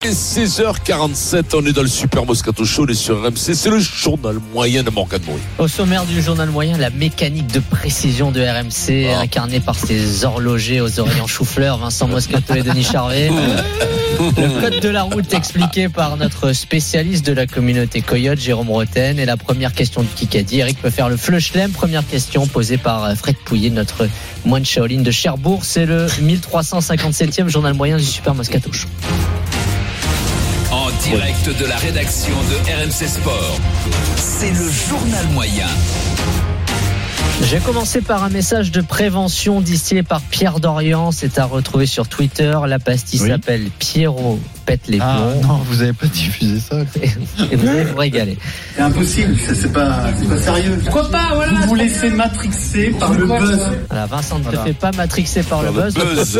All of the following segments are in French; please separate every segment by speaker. Speaker 1: Il est 16h47, on est dans le Super Moscato Show, on est sur RMC, c'est le journal moyen de Morgan Moury.
Speaker 2: Au sommaire du journal moyen, la mécanique de précision de RMC,
Speaker 1: Ah.
Speaker 2: incarnée par ses horlogers aux oreilles en chou-fleur, Vincent Moscato et Denis Charvet. Le code de la route expliqué par notre spécialiste de la communauté Coyote, Jérôme Roten. Et la première question de Kikadi, Eric peut faire le fleuchlem. Première question posée par euh, Fred Pouillet, notre moine Shaolin de Cherbourg. C'est le 1357e journal moyen du Super Moscato Show.
Speaker 3: En direct de la rédaction de RMC Sport, c'est le journal moyen.
Speaker 2: J'ai commencé par un message de prévention distillé par Pierre Dorian. C'est à retrouver sur Twitter. La pastille
Speaker 4: Oui.
Speaker 2: s'appelle Pierrot pète les
Speaker 4: Ah
Speaker 2: plombs.
Speaker 4: non, vous avez pas diffusé ça.
Speaker 2: Et vous allez vous régaler.
Speaker 5: C'est impossible, ça, c'est pas, c'est pas sérieux. Pourquoi pas, voilà. Vous vous laissez matrixer par le buzz.
Speaker 2: Voilà, Vincent, ne te fais pas matrixer par le buzz.
Speaker 1: Buzz.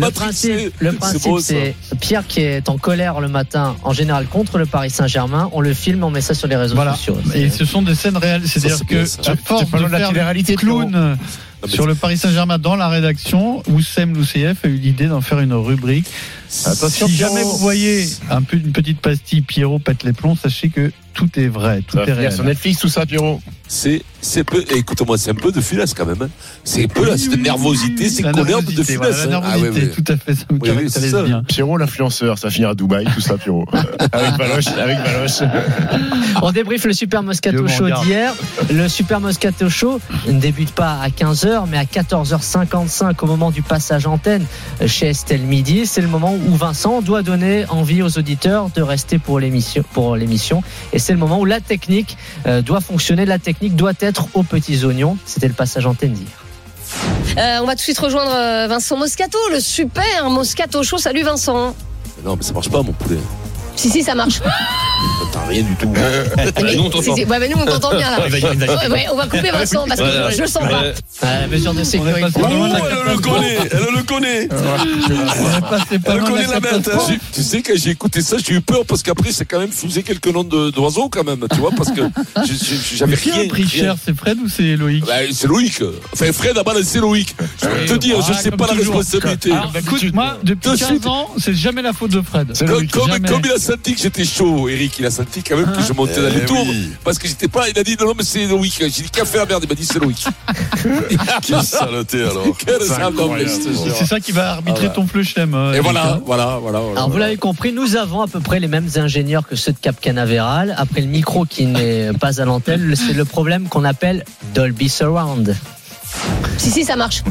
Speaker 1: Matrixé.
Speaker 2: principe, le
Speaker 1: C'est
Speaker 2: principe,
Speaker 1: beau, ça.
Speaker 2: c'est Pierre qui est en colère le matin, en général contre le Paris Saint-Germain. On le filme, on met ça sur les réseaux
Speaker 4: Voilà.
Speaker 2: sociaux.
Speaker 4: Et ce sont des scènes réelles, c'est-à-dire
Speaker 1: c'est
Speaker 4: que
Speaker 1: bien, ça.
Speaker 4: à force Ah, de faire réalité clown
Speaker 1: mais
Speaker 4: sur le Paris Saint-Germain dans la rédaction, Oussem Lousseyev a eu l'idée d'en faire une rubrique.
Speaker 1: Attention,
Speaker 4: si jamais vous voyez un peu une petite pastille Pierrot pète les plombs, sachez que tout est vrai, tout est réel.
Speaker 6: Netflix, tout ça, Pierrot.
Speaker 1: C'est, c'est peu, eh, écoute-moi, c'est un peu de finesse quand même. hein. C'est peu, là, cette nervosité, c'est
Speaker 4: La
Speaker 1: qu'on est un peu de
Speaker 4: nervosité, voilà,
Speaker 1: finesse.
Speaker 4: la
Speaker 1: hein. Ah,
Speaker 4: nervosité,
Speaker 1: ouais, ouais.
Speaker 4: tout à fait, ça me
Speaker 1: Oui, oui,
Speaker 4: caractérise
Speaker 1: c'est ça.
Speaker 4: bien.
Speaker 6: Pierrot, l'influenceur, ça finira à Dubaï, tout ça, Pierrot. Euh, avec Baloche, avec Baloche.
Speaker 2: On débriefe le Super
Speaker 4: Dieu
Speaker 2: Moscato
Speaker 4: m'en
Speaker 2: Show
Speaker 4: garde.
Speaker 2: d'hier. Le Super Moscato Show ne débute pas à 15h, mais à 14h55, au moment du passage antenne chez Estelle Midi. C'est le moment où Vincent doit donner envie aux auditeurs de rester pour l'émission. Pour l'émission. Et c'est le moment où la technique euh, doit fonctionner. La technique doit être aux petits oignons. C'était le passage antenne d'hier.
Speaker 7: Euh, on va tout de suite rejoindre euh, Vincent Moscato, le super Moscato Show. Salut Vincent.
Speaker 1: Non, mais ça marche pas, mon poulet.
Speaker 7: Si, si, ça marche.
Speaker 1: T'as rien du tout.
Speaker 7: nous, on t'entend. Ouais, Ah, mais nous, on t'entend bien, là. Ouais, ouais, on va couper Vincent parce que
Speaker 3: Voilà.
Speaker 7: je le sens pas.
Speaker 2: À Ah, la mesure de sécurité.
Speaker 4: Bah On est
Speaker 1: Oh,
Speaker 4: passé loin de la
Speaker 1: elle le connaît, elle le connaît.
Speaker 4: Bah On est passé pas
Speaker 1: Elle
Speaker 4: loin de
Speaker 1: connaît la bête. hein.
Speaker 4: catastrophe.
Speaker 1: J'ai- Tu sais, quand j'ai écouté ça, j'ai eu peur parce qu'après, c'est quand même fusé quelques noms de- d'oiseaux quand même, tu vois, parce que je- je- j'avais
Speaker 4: Qui a
Speaker 1: rien.
Speaker 4: le prix
Speaker 1: rien.
Speaker 4: cher, c'est Fred ou c'est Loïc
Speaker 1: Bah, c'est Loïc. Enfin, Fred a balancé Loïc. Je peux te dire, je
Speaker 4: Ah,
Speaker 1: sais
Speaker 4: comme
Speaker 1: pas la
Speaker 4: toujours. Ah,
Speaker 1: responsabilité.
Speaker 4: Alors, écoute, moi, depuis
Speaker 1: De
Speaker 4: 15
Speaker 1: suite.
Speaker 4: ans, c'est jamais la faute de Fred.
Speaker 6: C'est
Speaker 1: Comme,
Speaker 6: Loïc,
Speaker 1: comme-
Speaker 4: jamais. Ah.
Speaker 1: comme il a senti que j'étais chaud, Eric, il a senti quand même que je montais
Speaker 6: Eh
Speaker 1: dans les tours. Parce que j'étais pas, il a dit non, non, mais c'est Loïc. J'ai dit, qu'a fait la merde? Il m'a dit, c'est Loïc.
Speaker 6: Quelle saleté, alors.
Speaker 1: Quel salaud, mais je te
Speaker 4: Et
Speaker 1: jure.
Speaker 4: C'est ça qui va arbitrer
Speaker 1: Ah,
Speaker 4: ton flechlem. euh,
Speaker 1: Et
Speaker 4: Eric,
Speaker 1: voilà,
Speaker 4: hein.
Speaker 1: voilà, voilà. voilà,
Speaker 2: Alors vous
Speaker 1: voilà.
Speaker 2: l'avez compris, nous avons à peu près les mêmes ingénieurs que ceux de Cap Canaveral. Après le micro qui n'est pas à l'antenne, c'est le problème qu'on appelle Dolby Surround.
Speaker 7: Si, si, ça marche.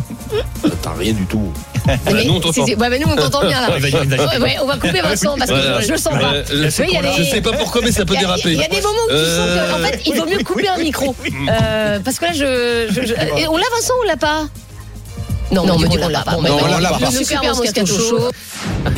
Speaker 1: T'as rien du tout.
Speaker 7: Mais si, si, ouais, mais nous, on t'entend bien, là. Ouais, ouais, on va couper Vincent parce que
Speaker 3: Voilà.
Speaker 7: je le sens pas.
Speaker 3: Euh, là,
Speaker 7: Oui, il y a
Speaker 3: je
Speaker 7: des-
Speaker 3: sais pas pourquoi, mais ça peut
Speaker 7: Il y, a-
Speaker 3: déraper.
Speaker 7: il y a des moments où tu
Speaker 3: Euh,
Speaker 7: sens qu'en fait, il vaut mieux couper un micro. Euh, parce que là, je. je- je- Et on l'a, Vincent, ou on l'a pas Non, mais on l'a pas.
Speaker 3: on l'a pas.
Speaker 7: Le super Moscato Show.
Speaker 6: Oh,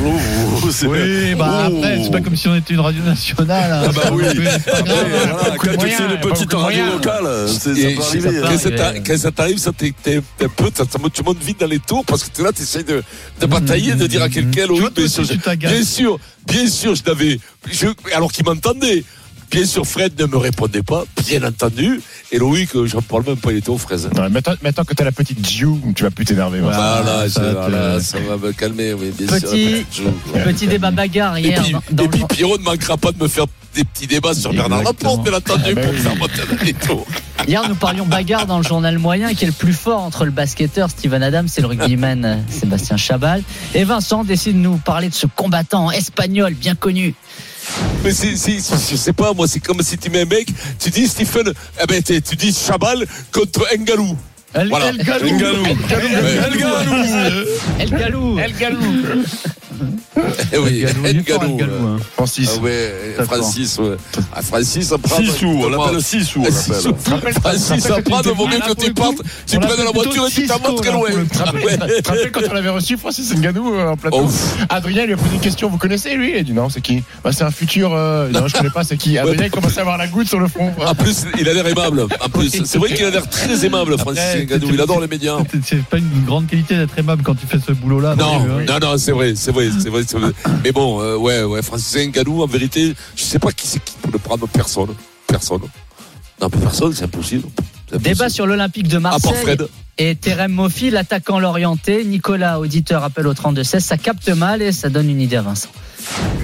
Speaker 4: Oui, bah après, c'est pas comme si on était une radio nationale. hein.
Speaker 6: Ah bah oui.
Speaker 4: C'est pas grave.
Speaker 6: Quand tu fais une petite radio locale, euh, c'est-
Speaker 1: Et
Speaker 6: ça peut arriver. hein.
Speaker 1: quand ça t'a- Quand ça t'arrive, ça t'es t'es- t'es un peu, ça- ça monte- tu montes vite dans les tours parce que t'es là, t'essayes de, de batailler, de dire à quelqu'un,
Speaker 4: Tu
Speaker 1: oui,
Speaker 4: vois, toi
Speaker 1: bien
Speaker 4: aussi,
Speaker 1: sûr, je-
Speaker 4: tu t'agaces.
Speaker 1: bien sûr, bien sûr, je l'avais, je- alors qu'il m'entendait. Bien sûr, Fred ne me répondait pas, bien entendu. Et Loïc, euh, j'en parle même pas, il était aux fraises.
Speaker 6: Ouais, Maintenant maintenant que t'as la petite Jiu, tu vas plus t'énerver. Vincent.
Speaker 4: Ah,
Speaker 1: Voilà,
Speaker 4: ça
Speaker 1: je-
Speaker 4: va te-
Speaker 1: voilà, ça va me calmer, oui, bien sûr.
Speaker 2: Petit-
Speaker 1: Je- je-
Speaker 2: Petit débat bagarre
Speaker 1: Et
Speaker 2: hier.
Speaker 1: puis,
Speaker 2: dans
Speaker 1: et
Speaker 2: le-
Speaker 1: puis Pierrot ne manquera pas de me faire des petits débats sur Bernard
Speaker 4: Exactement.
Speaker 1: Laporte, bien entendu,
Speaker 6: Ah bah
Speaker 1: pour
Speaker 6: oui.
Speaker 1: me faire monter dans les tours.
Speaker 2: Hier, nous parlions bagarre dans le journal moyen, qui est le plus fort entre le basketteur Steven Adams et le rugbyman euh, Sébastien Chabal. Et Vincent décide de nous parler de ce combattant espagnol bien connu.
Speaker 1: Mais c'est, c'est- c'est- je sais pas, moi, c'est comme si tu mets un mec, tu dis Stephen, eh ben, t'es- tu dis Chabal contre Ngalou.
Speaker 4: El,
Speaker 1: Voilà.
Speaker 4: El Galou.
Speaker 1: Ngalou.
Speaker 4: El Galou.
Speaker 1: Ouais.
Speaker 4: El Galou.
Speaker 2: El Galou.
Speaker 1: Eh oui,
Speaker 4: Ngannou, il est fort,
Speaker 1: Ngannou,
Speaker 4: Ngannou,
Speaker 1: ouais.
Speaker 4: hein.
Speaker 6: Francis.
Speaker 1: Ah ouais,
Speaker 4: D'accord.
Speaker 1: Francis, ouais. Ah, Francis, prend.
Speaker 6: 6 sous, on l'appelle 6 sous, on l'appelle.
Speaker 1: Francis, ça prend de vaut mieux que tu partes, tu
Speaker 4: on
Speaker 1: prennes
Speaker 4: l'appelle
Speaker 1: la voiture et tu
Speaker 4: plutôt
Speaker 1: t'en vas très
Speaker 4: Cisco,
Speaker 1: loin.
Speaker 4: là,
Speaker 6: Tu te rappelles- tu te rappelles quand on l'avait reçu, Francis Nganou, euh, en plateau
Speaker 1: Oh, pff.
Speaker 6: Adrien lui a posé une question, vous connaissez lui Il a dit non, c'est qui bah, C'est un futur. euh, Non, je connais pas, c'est qui Adrien il commence à avoir la goutte sur le front.
Speaker 1: En plus, il a l'air aimable. En plus, c'est vrai qu'il a l'air très aimable, Francis
Speaker 4: Après,
Speaker 1: Ngannou.
Speaker 4: tu-
Speaker 1: Il adore les médias.
Speaker 4: C'est- C'est pas une grande qualité d'être aimable quand tu fais ce boulot-là.
Speaker 2: Ah
Speaker 1: Non,
Speaker 4: Mario, hein.
Speaker 1: non, non, c'est vrai, c'est vrai, c'est vrai, c'est vrai. Mais bon, euh, ouais, ouais, Francis Ngannou, en vérité, je sais pas qui c'est qui peut le prendre. Personne, personne. Non, mais personne, c'est impossible. C'est impossible.
Speaker 2: Débat sur l'Olympique de
Speaker 1: À part
Speaker 2: Marseille.
Speaker 1: Ah, Fred.
Speaker 2: Et Terem Moffi, l'attaquant l'orienté. Nicolas, auditeur, appel au 32-16. Ça capte mal et ça donne une idée à Vincent.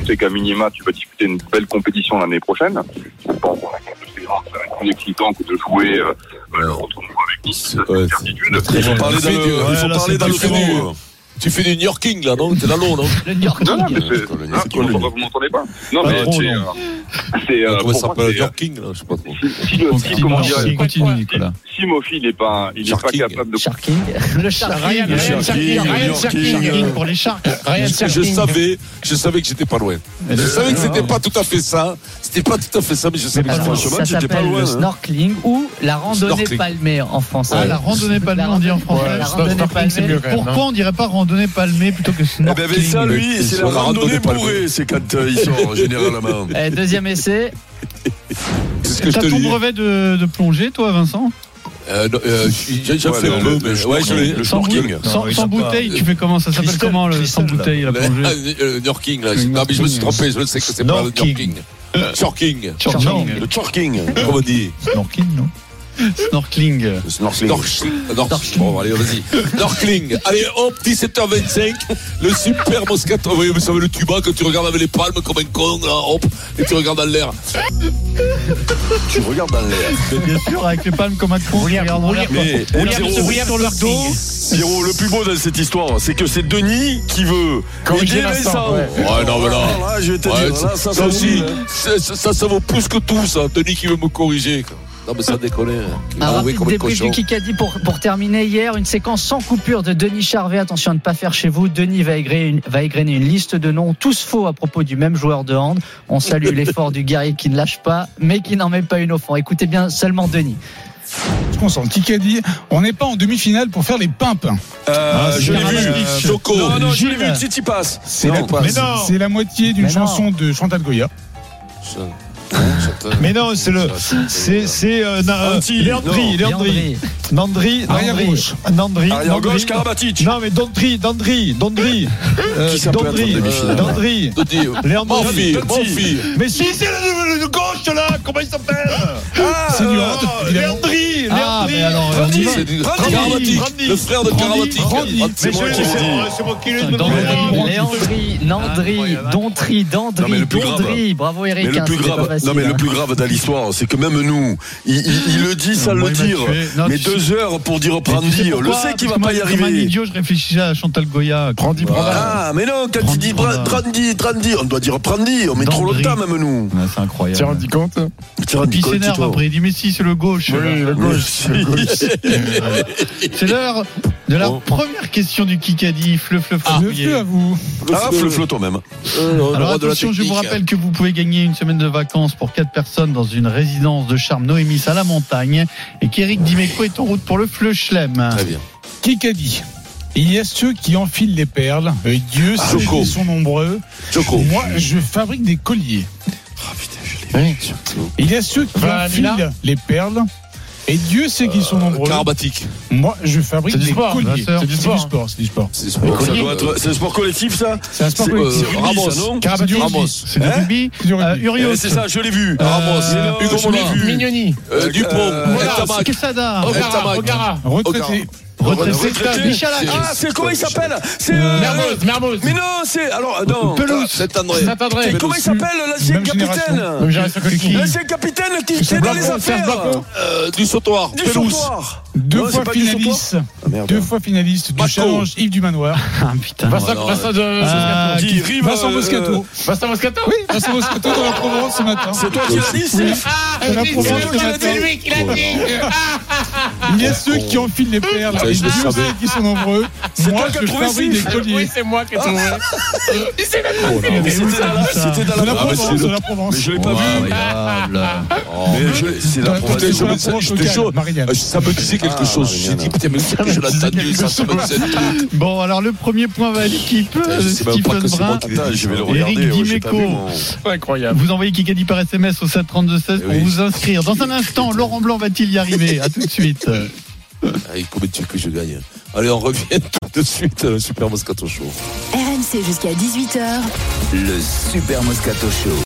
Speaker 8: C'est qu'à minima, tu vas discuter une belle compétition l'année prochaine. Je pense qu'on a quelque chose de plus excitant que de jouer euh, euh, en tournoi avec Nice.
Speaker 1: Ouais,
Speaker 8: Certitude.
Speaker 1: Il faut parler
Speaker 6: fait du-
Speaker 1: d'un- il faut
Speaker 6: ouais, là,
Speaker 1: parler
Speaker 6: c'est
Speaker 1: d'un
Speaker 6: du
Speaker 1: truc
Speaker 6: fond,
Speaker 1: du-
Speaker 6: ouais.
Speaker 1: Tu fais du New Yorking, là, non T'es dans l'eau, non
Speaker 4: Ah,
Speaker 2: Le New York
Speaker 8: Non, non,
Speaker 2: King.
Speaker 8: mais c'est. Ah, vous m'entendez- vous m'entendez pas Non,
Speaker 4: Pas
Speaker 8: mais
Speaker 4: trop,
Speaker 8: c'est.
Speaker 4: non.
Speaker 8: euh, C'est. euh,
Speaker 1: Comment ça
Speaker 8: pour moi,
Speaker 1: s'appelle New
Speaker 8: c'est, euh,
Speaker 1: Yorking, là Je sais pas trop.
Speaker 8: si- si le- si,
Speaker 4: Continue,
Speaker 8: comment
Speaker 4: Nicolas.
Speaker 8: dire,
Speaker 4: Continue, Nicolas.
Speaker 8: Si Mofi, il n'est pas, il est pas
Speaker 1: Sharking.
Speaker 8: capable de.
Speaker 2: Shark King. Le Shark King.
Speaker 6: Ryan Sharking, Ryan Sharking,
Speaker 4: pour les Sharks.
Speaker 1: Je, je savais, je savais que j'étais pas loin. Je savais que c'était pas tout à fait ça. C'était pas tout à fait ça, mais je savais que
Speaker 2: Alors,
Speaker 1: j'étais pas loin.
Speaker 2: hein. Ah,
Speaker 1: hein.
Speaker 2: ça s'appelle le snorkeling ou la randonnée
Speaker 1: Snorkeling.
Speaker 2: palmée en français.
Speaker 4: Ah, la randonnée palmée,
Speaker 2: La
Speaker 4: on dit en
Speaker 2: randonnée-
Speaker 4: français.
Speaker 2: la randonnée
Speaker 6: Snorkeling,
Speaker 2: palmée.
Speaker 6: c'est mieux quand même. hein.
Speaker 4: Pourquoi on dirait pas randonnée palmée plutôt que
Speaker 6: Eh
Speaker 4: snorkeling
Speaker 6: ben, avec ça, lui, c'est la
Speaker 1: Sur la randonnée
Speaker 6: randonnée
Speaker 1: palmée.
Speaker 6: bourrée, c'est quand euh, il sort, généralement.
Speaker 2: Eh, deuxième essai.
Speaker 1: C'est ce que je
Speaker 4: T'as
Speaker 1: te
Speaker 4: ton
Speaker 1: dis.
Speaker 4: brevet de, de plongée, toi, Vincent
Speaker 1: Euh, non, euh, J'ai déjà
Speaker 6: Ouais,
Speaker 1: fait
Speaker 6: le-
Speaker 1: un peu,
Speaker 6: le-
Speaker 1: mais
Speaker 6: le
Speaker 1: ouais, je l'ai.
Speaker 6: Le
Speaker 4: Sans
Speaker 6: snorkeling.
Speaker 4: bou-
Speaker 6: Non,
Speaker 4: Sans,
Speaker 6: ils
Speaker 4: sans
Speaker 6: ont pas-
Speaker 4: bouteille, tu fais comment Ça s'appelle
Speaker 6: Christelle,
Speaker 4: comment, le sans
Speaker 6: Christelle,
Speaker 4: bouteille, la
Speaker 1: Le
Speaker 4: plongée
Speaker 1: le Yorking, là.
Speaker 4: Le
Speaker 1: Non, mais je me suis
Speaker 4: Yorking.
Speaker 1: trompé, je sais que c'est pas le Yorking. Yorking,
Speaker 4: Snorkeling.
Speaker 6: Le chorking.
Speaker 1: comme on dit.
Speaker 4: Snorkeling, non Snorkeling.
Speaker 6: Le snorkeling.
Speaker 1: Dorch- Dorch- Bon, allez, vas-y. Dorkling. Allez, hop, 17h25. Le super Moscato. Oui, mais ça veut le tuba que tu regardes avec les palmes comme un con, là, hop, et tu regardes dans l'air.
Speaker 6: Tu regardes dans l'air.
Speaker 4: Mais bien sûr, avec les palmes comme un con, tu regardes en l'air, quoi.
Speaker 6: Mais eh, Pierrot,
Speaker 4: sur le dos.
Speaker 6: Pierrot, le plus beau dans cette histoire, c'est que c'est Denis qui veut corriger ça.
Speaker 1: Ouais, non, mais là.
Speaker 6: Là, je vais te
Speaker 1: Ouais,
Speaker 6: dire, là, ça, ça
Speaker 1: aussi,
Speaker 6: roule, hein.
Speaker 1: ça, ça- ça, ça vaut plus que tout, ça. Denis qui veut me corriger. quoi. Non, mais ça déconne. hein. Il m'a
Speaker 2: Un
Speaker 1: enlevé
Speaker 2: rapide
Speaker 1: comme un
Speaker 2: débrief
Speaker 1: cochon.
Speaker 2: du Kikadi pour, pour terminer hier. Une séquence sans coupure de Denis Charvet. Attention à ne pas faire chez vous. Denis va égrener une, va égrener une liste de noms tous faux à propos du même joueur de hand. On salue l'effort du guerrier qui ne lâche pas, mais qui n'en met pas une au fond. Écoutez bien seulement Denis.
Speaker 5: qu'on s'en Kikadi, on n'est pas en demi-finale pour faire les pimpins.
Speaker 6: Euh,
Speaker 4: Ah,
Speaker 6: je l'ai vu.
Speaker 4: euh,
Speaker 1: Choco.
Speaker 6: Non, non, je l'ai
Speaker 2: Gilles.
Speaker 6: vu. Titi passe.
Speaker 5: C'est la,
Speaker 1: Ah,
Speaker 6: passe.
Speaker 5: c'est- c'est la moitié d'une
Speaker 2: Mais non.
Speaker 5: chanson de Chantal Goya.
Speaker 1: Ça- ça- ça-
Speaker 9: Mais non, c'est le.
Speaker 1: ça-
Speaker 9: C'est. c'est euh, na- euh,
Speaker 6: Anti,
Speaker 9: Leandri,
Speaker 2: Léandre
Speaker 9: Leandri.
Speaker 2: André.
Speaker 9: Nandri,
Speaker 2: Arrière
Speaker 9: Nandri,
Speaker 2: gauche.
Speaker 9: Nandri,
Speaker 1: Ah.
Speaker 6: Arrière
Speaker 9: Nandri.
Speaker 6: gauche, Karabatic.
Speaker 9: Non, mais Dondri, Dondri, Dondri. Euh,
Speaker 6: Qui ça peut
Speaker 9: Dondri,
Speaker 6: être en
Speaker 4: Euh,
Speaker 1: demi-finale
Speaker 9: Dondri.
Speaker 1: Denis, Mon
Speaker 9: Leandri.
Speaker 1: fils, mon fils.
Speaker 9: Mais si, c'est le, le- le gauche là, comment il s'appelle
Speaker 5: C'est du hand,
Speaker 9: Ah,
Speaker 5: évidemment.
Speaker 9: Leandri,
Speaker 2: Ah,
Speaker 9: Leandri.
Speaker 2: mais alors, euh,
Speaker 1: Randy,
Speaker 2: Randy,
Speaker 1: c'est du-
Speaker 9: Randy,
Speaker 1: Karabatic,
Speaker 9: Randy,
Speaker 1: le frère de Karabatic.
Speaker 9: Randy,
Speaker 1: Randy, Oh, c'est
Speaker 9: mais
Speaker 1: moi
Speaker 9: je-
Speaker 1: qui l'ai
Speaker 9: c'est-
Speaker 1: dit.
Speaker 9: euh, C'est moi qui l'ai
Speaker 2: Dandri,
Speaker 9: demandé.
Speaker 2: Léandri, Nandri, Dontri,
Speaker 6: Non, mais
Speaker 2: Dandri,
Speaker 6: le plus grave.
Speaker 2: Dondri. Bravo Eric.
Speaker 6: Mais le
Speaker 2: hein,
Speaker 6: plus
Speaker 2: c'était pas
Speaker 6: grave,
Speaker 2: facile,
Speaker 6: non mais le
Speaker 2: hein.
Speaker 6: plus grave dans l'histoire, c'est que même nous, il, il- il le dit sans
Speaker 4: Moi,
Speaker 6: le
Speaker 4: il m'a
Speaker 6: dire.
Speaker 4: tué. Non,
Speaker 6: mais
Speaker 4: tu
Speaker 6: deux heures pour dire
Speaker 4: Mais tu sais
Speaker 6: Prandi, on oh, le
Speaker 4: pourquoi
Speaker 6: sait qu'il
Speaker 4: Parce que
Speaker 6: va pas
Speaker 4: moi,
Speaker 6: y
Speaker 4: Comme un
Speaker 6: arriver.
Speaker 4: idiot, je réfléchissais à Chantal Goya.
Speaker 6: Prandi, Ah, mais non, quand
Speaker 4: Prandi,
Speaker 6: il dit
Speaker 4: Prandi.
Speaker 6: Prandi, Prandi, on doit dire Prandi, on met trop
Speaker 4: Dandri.
Speaker 6: longtemps même nous.
Speaker 4: Ouais, Ah, C'est incroyable.
Speaker 6: compte Tu
Speaker 4: Puis il s'énerve après, il dit mais si c'est le gauche.
Speaker 6: le Oh. gauche.
Speaker 4: C'est l'heure de la
Speaker 1: Bon.
Speaker 4: première question du Kikadi, fleu fleu fleu.
Speaker 1: Ah.
Speaker 5: Le feu à vous.
Speaker 6: Ah,
Speaker 1: fleu,
Speaker 6: fleu toi-même.
Speaker 1: Euh, le
Speaker 4: Alors
Speaker 1: roi de la
Speaker 4: attention, je vous
Speaker 1: technique.
Speaker 6: hein.
Speaker 4: rappelle que vous pouvez gagner une semaine de vacances pour quatre personnes dans une résidence de charme Noémis à la montagne et qu'Éric Dimeco est en route pour le fleu Schlem.
Speaker 1: Très bien.
Speaker 5: Kikadi. Il y a ceux qui enfilent les perles. Et Dieu sait
Speaker 1: Choco.
Speaker 5: qu'ils sont nombreux.
Speaker 1: Choco.
Speaker 5: Moi, je fabrique des colliers. Il y a ceux qui enfilent les perles. Et Dieu sait qu'ils sont nombreux.
Speaker 1: Carabatique.
Speaker 5: Moi, je fabrique
Speaker 4: C'est du
Speaker 5: des
Speaker 4: sport,
Speaker 5: colliers.
Speaker 4: ma sœur.
Speaker 5: C'est du sport, c'est du sport.
Speaker 1: C'est sport.
Speaker 6: Ça doit être- C'est un sport collectif ça
Speaker 5: C'est un sport
Speaker 6: C'est, euh,
Speaker 5: collectif.
Speaker 6: Ramos.
Speaker 1: ça, non
Speaker 5: Carabatic.
Speaker 1: C'est du Ramos.
Speaker 4: C'est du
Speaker 6: Hein
Speaker 4: rugby.
Speaker 5: C'est du rugby.
Speaker 4: Euh, Urios.
Speaker 6: Eh, C'est ça, je l'ai vu.
Speaker 1: Ramos.
Speaker 6: Euh,
Speaker 1: Hugo
Speaker 6: je l'ai
Speaker 1: Mollard.
Speaker 6: vu.
Speaker 5: Mignoni.
Speaker 1: Euh, Oh, Dupont.
Speaker 6: Euh,
Speaker 1: Ntamak.
Speaker 4: Quesada.
Speaker 1: Ogara,
Speaker 6: Ntamak.
Speaker 1: Ogara.
Speaker 5: Retraité.
Speaker 4: Retraité.
Speaker 6: Retraité.
Speaker 4: Michalak.
Speaker 6: Ah, c'est comment il s'appelle C'est euh,
Speaker 5: Mermoz.
Speaker 6: Mais non, c'est alors euh, non.
Speaker 1: Ah, Saint-André.
Speaker 6: Mais comment il s'appelle l'ancien
Speaker 5: Même génération.
Speaker 6: capitaine
Speaker 5: Même génération que lui.
Speaker 6: L'ancien capitaine qui était dans les
Speaker 5: Blacon, Serge
Speaker 6: affaires Ah,
Speaker 5: Blacon.
Speaker 1: Euh, Du sautoir.
Speaker 6: du
Speaker 1: Pelouse.
Speaker 6: sautoir.
Speaker 5: Deux
Speaker 6: Non, c'est
Speaker 5: fois
Speaker 6: pas du Ah,
Speaker 5: finaliste.
Speaker 1: Ah
Speaker 5: Deux fois finaliste du
Speaker 1: Baco.
Speaker 5: challenge Yves du Manoir.
Speaker 4: Ah, putain.
Speaker 1: Vincent- Alors, Vincent
Speaker 4: Ah,
Speaker 6: Qui rime,
Speaker 5: Vincent
Speaker 6: euh,
Speaker 5: Moscato. Vincent Moscato Oui, Vincent Moscato dans la Provence ce matin.
Speaker 6: C'est toi qui l'as dit, c'est
Speaker 5: Ah,
Speaker 6: C'est la Provence ce matin. Il y a ceux qui enfilent les perles.
Speaker 1: Ça,
Speaker 6: et
Speaker 1: je
Speaker 6: Dieu
Speaker 1: le savais.
Speaker 6: sait qui sont nombreux.
Speaker 1: C'est
Speaker 6: Moi,
Speaker 1: toi qui as
Speaker 6: je
Speaker 1: trouvé
Speaker 6: fabrique
Speaker 1: six.
Speaker 6: des colliers.
Speaker 5: Oui, c'est moi qui ai trouvé. Il s'est même
Speaker 1: Oh, non.
Speaker 6: Mais
Speaker 1: Mais
Speaker 6: où
Speaker 1: C'était
Speaker 6: ça
Speaker 1: dans la-
Speaker 6: dit ça Ah,
Speaker 1: c'était dans
Speaker 6: C'est
Speaker 1: la
Speaker 6: la
Speaker 1: Provence.
Speaker 6: Provence,
Speaker 1: c'est le-
Speaker 6: la Provence.
Speaker 1: Mais je l'ai pas vu. Mais je- C'est la
Speaker 6: Ouais,
Speaker 1: Provence.
Speaker 6: peut-être
Speaker 1: Je me-
Speaker 6: sur la Provence
Speaker 1: je te
Speaker 6: locale,
Speaker 1: jure,
Speaker 6: Marianne.
Speaker 1: euh, Ça me disait quelque chose. J'ai dit, putain, mais où c'est que je l'ai entendu Ça, ça me disait tout.
Speaker 4: Bon, alors le premier point va à l'équipe.
Speaker 1: Putain, Eh, je sais même pas
Speaker 4: Euh, Stephen
Speaker 1: que c'est
Speaker 4: Brun,
Speaker 1: moi qui l'ai dit, je vais le regarder,
Speaker 4: Eric
Speaker 1: ouais, j'ai pas
Speaker 4: Dimeco.
Speaker 1: vu, moi.
Speaker 5: Incroyable.
Speaker 4: Vous envoyez Kikadi par SMS au 732-16 pour
Speaker 1: Eh oui.
Speaker 4: vous inscrire. Dans un instant, Laurent Blanc va-t-il y arriver À tout de suite.
Speaker 1: Allez, combien de trucs que je gagne Allez, on revient tout de suite euh, Super Moscato Show.
Speaker 10: RMC jusqu'à 18h.
Speaker 11: Le Super Moscato Show.